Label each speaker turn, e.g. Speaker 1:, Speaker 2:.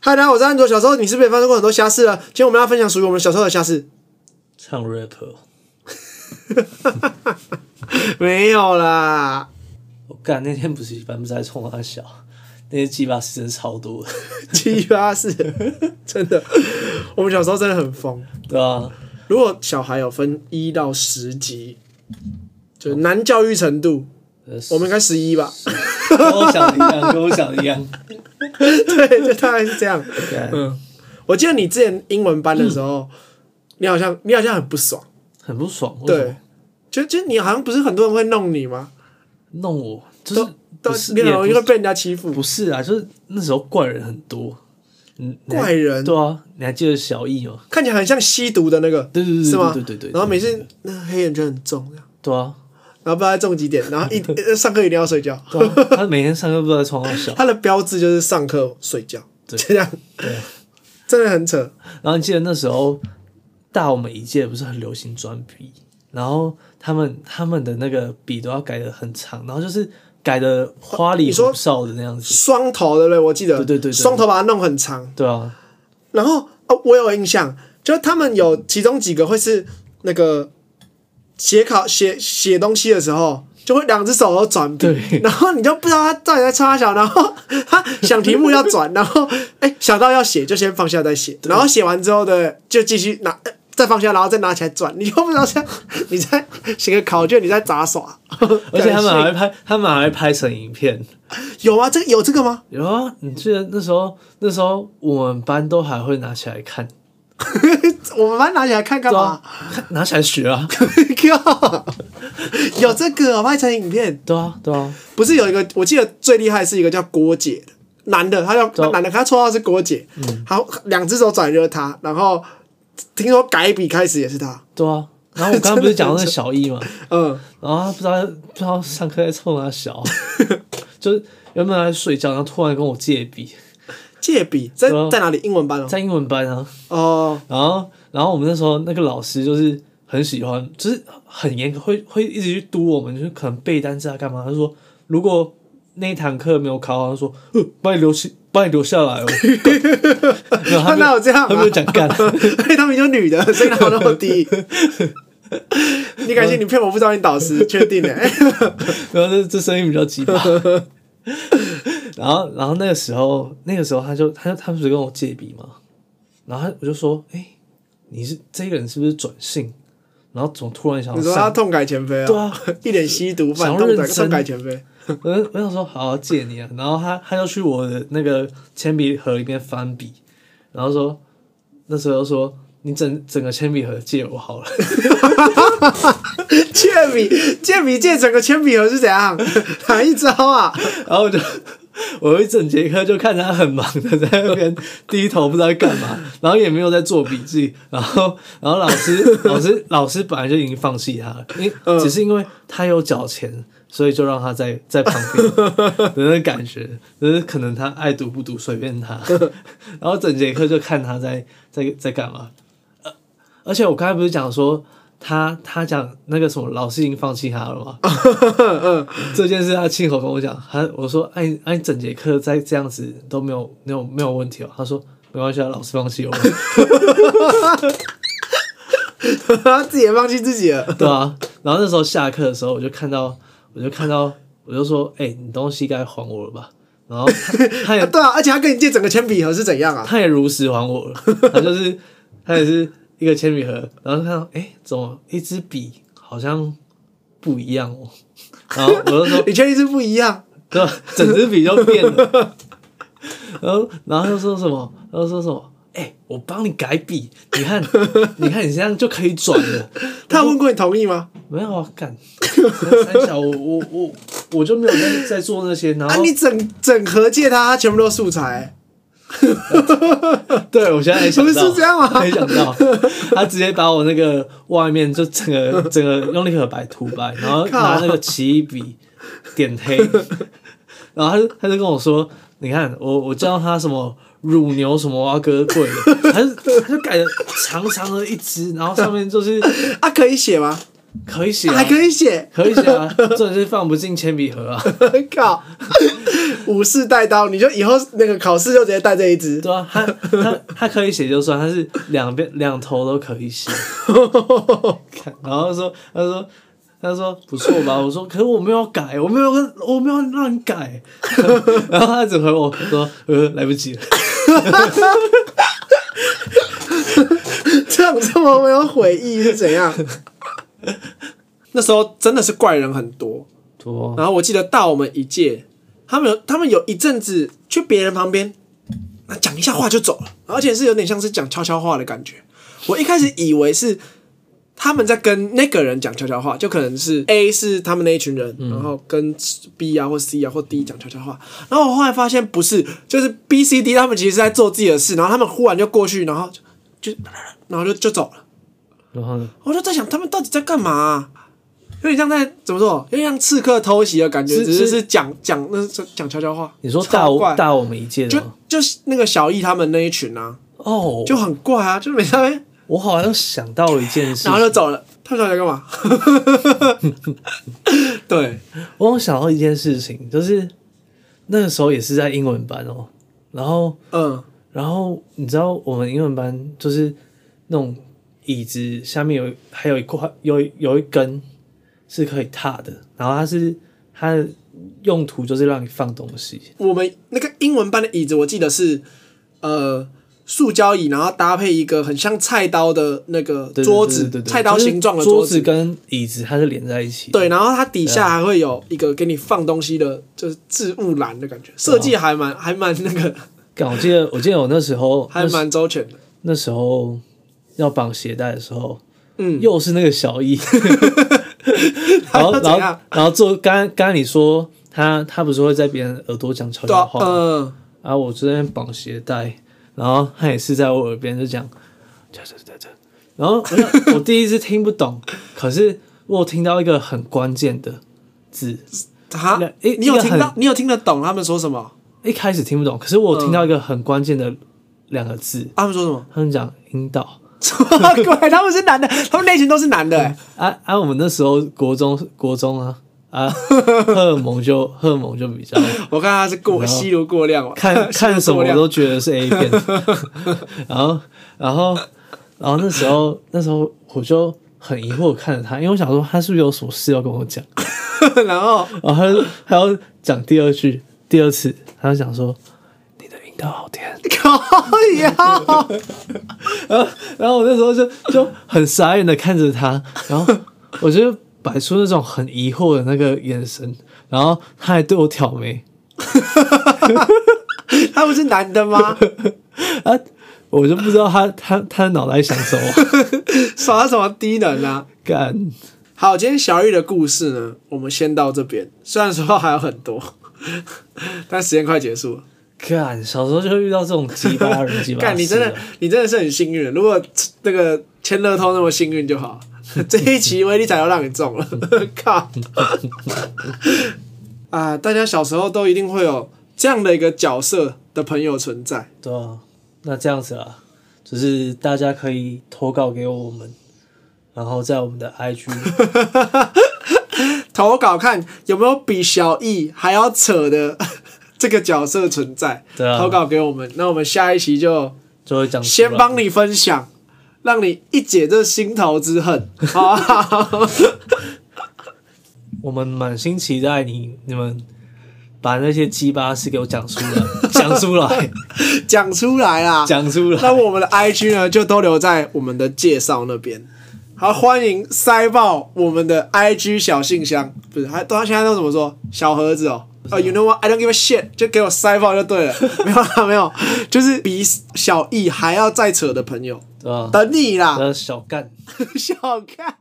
Speaker 1: 嗨，大家好，我是安卓。小时候你是不是也发生过很多瞎事啊？今天我们要分享属于我们小时候的瞎事。
Speaker 2: 唱 rap，哦
Speaker 1: 没有啦，
Speaker 2: 我干那天补习班不是在冲他笑，那些鸡巴事真超多的，
Speaker 1: 七八事， 真的，我们小时候真的很疯。
Speaker 2: 对啊，
Speaker 1: 如果小孩有分一到十级，就难教育程度，
Speaker 2: 呃
Speaker 1: 我们应该十一吧？
Speaker 2: 跟我想的一样，跟我想的一样，
Speaker 1: 对，就大概是这样。
Speaker 2: 干
Speaker 1: 嗯，我记得你之前英文班的时候，你好像你好像很不爽，
Speaker 2: 很不爽，为什
Speaker 1: 对
Speaker 2: 么，
Speaker 1: 就就你好像不是很多人会弄你吗？
Speaker 2: 弄我就是
Speaker 1: 都
Speaker 2: 不是
Speaker 1: 你很
Speaker 2: 也
Speaker 1: 容易
Speaker 2: 不
Speaker 1: 会
Speaker 2: 是
Speaker 1: 被人家欺负，
Speaker 2: 不是啊，就是那时候怪人很多，嗯，你还
Speaker 1: 怪人
Speaker 2: 对啊，你还记得小易吗？
Speaker 1: 看起来很像吸毒的那个，
Speaker 2: 对对对
Speaker 1: 是吗？
Speaker 2: 对对对对
Speaker 1: 然后每次那黑眼圈很重，这样
Speaker 2: 对 啊，
Speaker 1: 然后不知道在重几点，然后一呃上课一定要睡觉。
Speaker 2: 对啊，他每天上课不知道在床上笑，
Speaker 1: 他的标志就是上课睡觉，这样， 真的很扯。
Speaker 2: 然后你记得那时候大我们一届不是很流行转笔，然后他们他们的那个笔都要改的很长，然后就是改的花里胡哨的那样子，
Speaker 1: 双头对不对？我记得，
Speaker 2: 对对对对
Speaker 1: 双头把它弄很长。
Speaker 2: 对啊，
Speaker 1: 然后哦，我有印象，就是他们有其中几个会是那个写考写写东西的时候，就会两只手都转笔
Speaker 2: 对，
Speaker 1: 然后你就不知道他到底在插小，然后他想题目要转，然后哎想到要写就先放下再写，然后写完之后的就继续拿。呃再放下，然后再拿起来转，你就不知道在 你在写个考卷，你在杂耍。
Speaker 2: 而且他们
Speaker 1: 感
Speaker 2: 还会拍，他们还会拍成影片。
Speaker 1: 谢有吗？这有这个吗？
Speaker 2: 有啊，你记得那时候那时候我们班都还会拿起来看，
Speaker 1: 我们班拿起来看干
Speaker 2: 对
Speaker 1: 嘛
Speaker 2: 啊？，看 拿起来学啊，
Speaker 1: 靠， 有 这个哦拍成影片，
Speaker 2: 对啊对啊，
Speaker 1: 不是有一个，我记得最厉害是一个叫郭姐的男的，他叫
Speaker 2: 对
Speaker 1: 男的，他绰号是郭姐，
Speaker 2: 嗯
Speaker 1: 好，两只手转就是他，然后听说改笔开始也是他，
Speaker 2: 对啊。然后我刚刚不是讲到那小易嘛，
Speaker 1: 嗯，
Speaker 2: 然后他不知道不知道上课在冲他笑，就是原本在睡觉，然后突然跟我借笔，
Speaker 1: 借笔在
Speaker 2: 对啊
Speaker 1: 在哪里？英文班哦，
Speaker 2: 在英文班啊，
Speaker 1: 哦，
Speaker 2: 然后然后我们那时候那个老师就是很喜欢，就是很严格，会会一直去督我们，就是可能背单词啊干嘛。他说如果那一堂课没有考好，他说呃把你留下，把你留下来哦。然后
Speaker 1: 他
Speaker 2: 他
Speaker 1: 哪
Speaker 2: 就
Speaker 1: 有这样啊？
Speaker 2: 他没有讲干
Speaker 1: 而且他们就女的，所以哪有那么 低？你感谢你骗我不知道你导师，确 定的、哎
Speaker 2: 然后这这声音比较鸡巴。然后然后那个时候那个时候他就他就他不是跟我借笔嘛，然后他我就说哎、你是这个人是不是转性？然后总突然想
Speaker 1: 你说他
Speaker 2: 上
Speaker 1: 痛改前非啊？
Speaker 2: 对啊，
Speaker 1: 一脸吸毒犯，
Speaker 2: 想
Speaker 1: 痛改
Speaker 2: 认真
Speaker 1: 痛改前非。
Speaker 2: 我就我想说好好借你啊，然后他他就去我的那个铅笔盒里面翻笔，然后说那时候说你整整个铅笔盒借我好了，
Speaker 1: 借笔借笔借整个铅笔盒是怎样？哪一招啊？
Speaker 2: 然后我就我一整节课就看着他很忙的在那边低头不知道在干嘛，然后也没有在做笔记，然后然后老师老师老师本来就已经放弃他了，因只是因为他有缴钱。所以就让他在在旁边的那感觉，就是可能他爱读不读随便他，然后整节课就看他在在在干嘛。呃，而且我刚才不是讲说他他讲那个什么老师已经放弃他了吗？这件事他亲口跟我讲，他我说哎哎，你整节课再这样子都没有没有没有问题哦。他说没关系啊，老师放弃我们，
Speaker 1: 他自己也放弃自己了。
Speaker 2: 对啊。然后那时候下课的时候，我就看到我就看到我就说哎、你东西该还我了吧？然后他 他
Speaker 1: 啊
Speaker 2: 也
Speaker 1: 对啊，而且他跟你借整个铅笔盒是怎样啊？
Speaker 2: 他也如实还我了，他就是他也是一个铅笔盒，然后看到哎、怎么一支笔好像不一样哦，然后我就说
Speaker 1: 你确定是不一样？
Speaker 2: 对吧？ 整支笔就变了。然后，然后又说什么？然后说什么？哎、我帮你改笔，你看， 你看，你这样就可以转了。
Speaker 1: 他有问过你同意吗？
Speaker 2: 没有啊，干三小，我我我我就没有在在做那些。然
Speaker 1: 啊，
Speaker 2: 后，
Speaker 1: 你整整盒借他，他全部都素材、
Speaker 2: 对我现在还想到，
Speaker 1: 不是这样吗
Speaker 2: 没想到，他直接把我那个外面就整个 整个用那个白涂白，然后
Speaker 1: 靠
Speaker 2: 拿那个奇异笔点黑，然后他就他就跟我说：“你看，我我教他什么乳牛什么蛙哥贵的， 他就他就改了长长的一只，然后上面就是
Speaker 1: 欸。啊，可以写吗？
Speaker 2: 可以写、啊，
Speaker 1: 还可以写。
Speaker 2: 可以写啊，这是放不进铅笔盒啊。”
Speaker 1: 靠！武士带刀，你就以后那个考试就直接带这一支。
Speaker 2: 对啊，他他他可以写就算，他是两边两头都可以 写。看然后说，他说，他说不错吧？我说，可是我没有改，我没有跟我没有让你 改。然后他只回我说，呃，来不及了。
Speaker 1: 这样这么没有悔意是怎样？ 那时候真的是怪人很多，
Speaker 2: 多
Speaker 1: 然后我记得大我们一届，他们有他们有一阵子去别人旁边，那讲一下话就走了，而且是有点像是讲悄悄话的感觉。我一开始以为是他们在跟那个人讲悄悄话，就可能是 A 是他们那一群人，然后跟 B 啊或 C 啊或 D 讲悄悄话。然后我后来发现不是，就是 B、C、D 他们其实是在做自己的事，然后他们忽然就过去，然后就就然后就就走了。
Speaker 2: 然后呢？
Speaker 1: 我就在想他们到底在干嘛啊、有点像在怎么说？有点像刺客偷袭的感觉，
Speaker 2: 是
Speaker 1: 只是
Speaker 2: 是
Speaker 1: 是讲讲那是讲悄悄话。
Speaker 2: 你说大
Speaker 1: 超
Speaker 2: 我
Speaker 1: 怪
Speaker 2: 大我们一届的
Speaker 1: 就
Speaker 2: 吗
Speaker 1: 就是那个小易他们那一群啊，
Speaker 2: 哦，
Speaker 1: 就很怪啊，就是每天在那边
Speaker 2: 我好像想到了一件事
Speaker 1: 然，后就走了，他们到底在干嘛？ 对，
Speaker 2: 我有想到一件事情，就是那个时候也是在英文班哦，然后
Speaker 1: 嗯，
Speaker 2: 然后你知道我们英文班就是那种椅子下面有还有一块有一有一根是可以踏的，然后它是它的用途就是让你放东西，
Speaker 1: 我们那个英文班的椅子，我记得是呃塑胶椅，然后搭配一个很像菜刀的那个
Speaker 2: 对对
Speaker 1: 桌
Speaker 2: 对
Speaker 1: 子
Speaker 2: 对对，对
Speaker 1: 菜刀
Speaker 2: 就是
Speaker 1: 形状的
Speaker 2: 桌
Speaker 1: 桌子，
Speaker 2: 跟椅子它是连在一起的，
Speaker 1: 对，然后它底
Speaker 2: 啊
Speaker 1: 下还会有一个给你放东西的，就是置物篮的感
Speaker 2: 哦
Speaker 1: 觉，设计还蛮还蛮那个，
Speaker 2: 干。我记得我记得我那时候
Speaker 1: 还蛮周全的。
Speaker 2: 那时候要绑鞋带的时候，
Speaker 1: 嗯，
Speaker 2: 又是那个 小易，然
Speaker 1: 他
Speaker 2: 后然
Speaker 1: 怎
Speaker 2: 后
Speaker 1: 样？
Speaker 2: 然后做刚刚刚你说他他不是会在别人耳朵讲悄
Speaker 1: 对
Speaker 2: 悄
Speaker 1: 啊，
Speaker 2: 话，
Speaker 1: 嗯，
Speaker 2: 然后我这边绑鞋带，然后他也是在我耳边就讲，这这这这，然后我就我第一次听不懂，可是我有听到一个很关键的字，
Speaker 1: 哈
Speaker 2: 那，一
Speaker 1: 你有
Speaker 2: 一个
Speaker 1: 听
Speaker 2: 很
Speaker 1: 到？你有听得懂他们说什么？啊
Speaker 2: 一开始听不懂，可是我有听到一个很关键的两个字，
Speaker 1: 他们说什 么？
Speaker 2: 他们讲引导。
Speaker 1: 什么 鬼？他们是男的，他们那群都是男的、欸。
Speaker 2: 啊啊！我们那时候国中国中啊啊， 荷尔蒙就荷尔蒙就比较
Speaker 1: 我看他是过吸入过量了，
Speaker 2: 看
Speaker 1: 吸入
Speaker 2: 看什
Speaker 1: 过
Speaker 2: 么
Speaker 1: 量
Speaker 2: 都觉得是 A 片，然后然后然后那时候那时候我就很疑惑看着他，因为我想说他是不是有什么事要跟我讲，
Speaker 1: 然后
Speaker 2: 然后他就他要讲第二句第二次，他就讲说你的引导好甜，
Speaker 1: 靠呀，
Speaker 2: 然后然后我那时候就就很傻眼的看着他，然后我就摆出那种很疑惑的那个眼神，然后他还对我挑眉。
Speaker 1: 他们是男的 吗？
Speaker 2: 啊，我就不知道他他他的脑袋想什么，
Speaker 1: 耍什么低能啊？
Speaker 2: 干
Speaker 1: 好，今天小玉的故事呢，我们先到这边。虽然说还有很多， 但时间快结束了。
Speaker 2: 干，小时候就会遇到这种鸡巴 人鸡巴事啊。
Speaker 1: 干，你真的你真的是很幸运。如果那个签乐透那么幸运就好， 这一期威力彩又让你中了， 靠！啊，大家小时候都一定会有这样的一个角色的朋友存在。
Speaker 2: 对啊？那这样子啊，就是大家可以投稿给我们，然后在我们的 IG
Speaker 1: 投稿看有没有比小易还要扯的 这个角色存在，
Speaker 2: 对啊
Speaker 1: 投稿给我们，那我们下一期就
Speaker 2: 就会讲出来。
Speaker 1: 先帮你分享，让你一解这心头之恨，好 不好？
Speaker 2: 我们满心期待你你们把那些鸡巴事给我讲出来，讲出 来，
Speaker 1: 讲出来啊！
Speaker 2: 讲出来。
Speaker 1: 那我们的 IG 呢，就都留在我们的介绍那边。好，欢迎塞爆我们的 IG 小信箱，不是，还都他现在都怎么说？小盒子哦。哦、y o u know what? I don't give a shit，就给我塞爆就对了。 没有啦，没有，就是比小易还要再扯的朋友，
Speaker 2: 对吧？啊
Speaker 1: 等你啦，
Speaker 2: 呃，小干。
Speaker 1: 小看。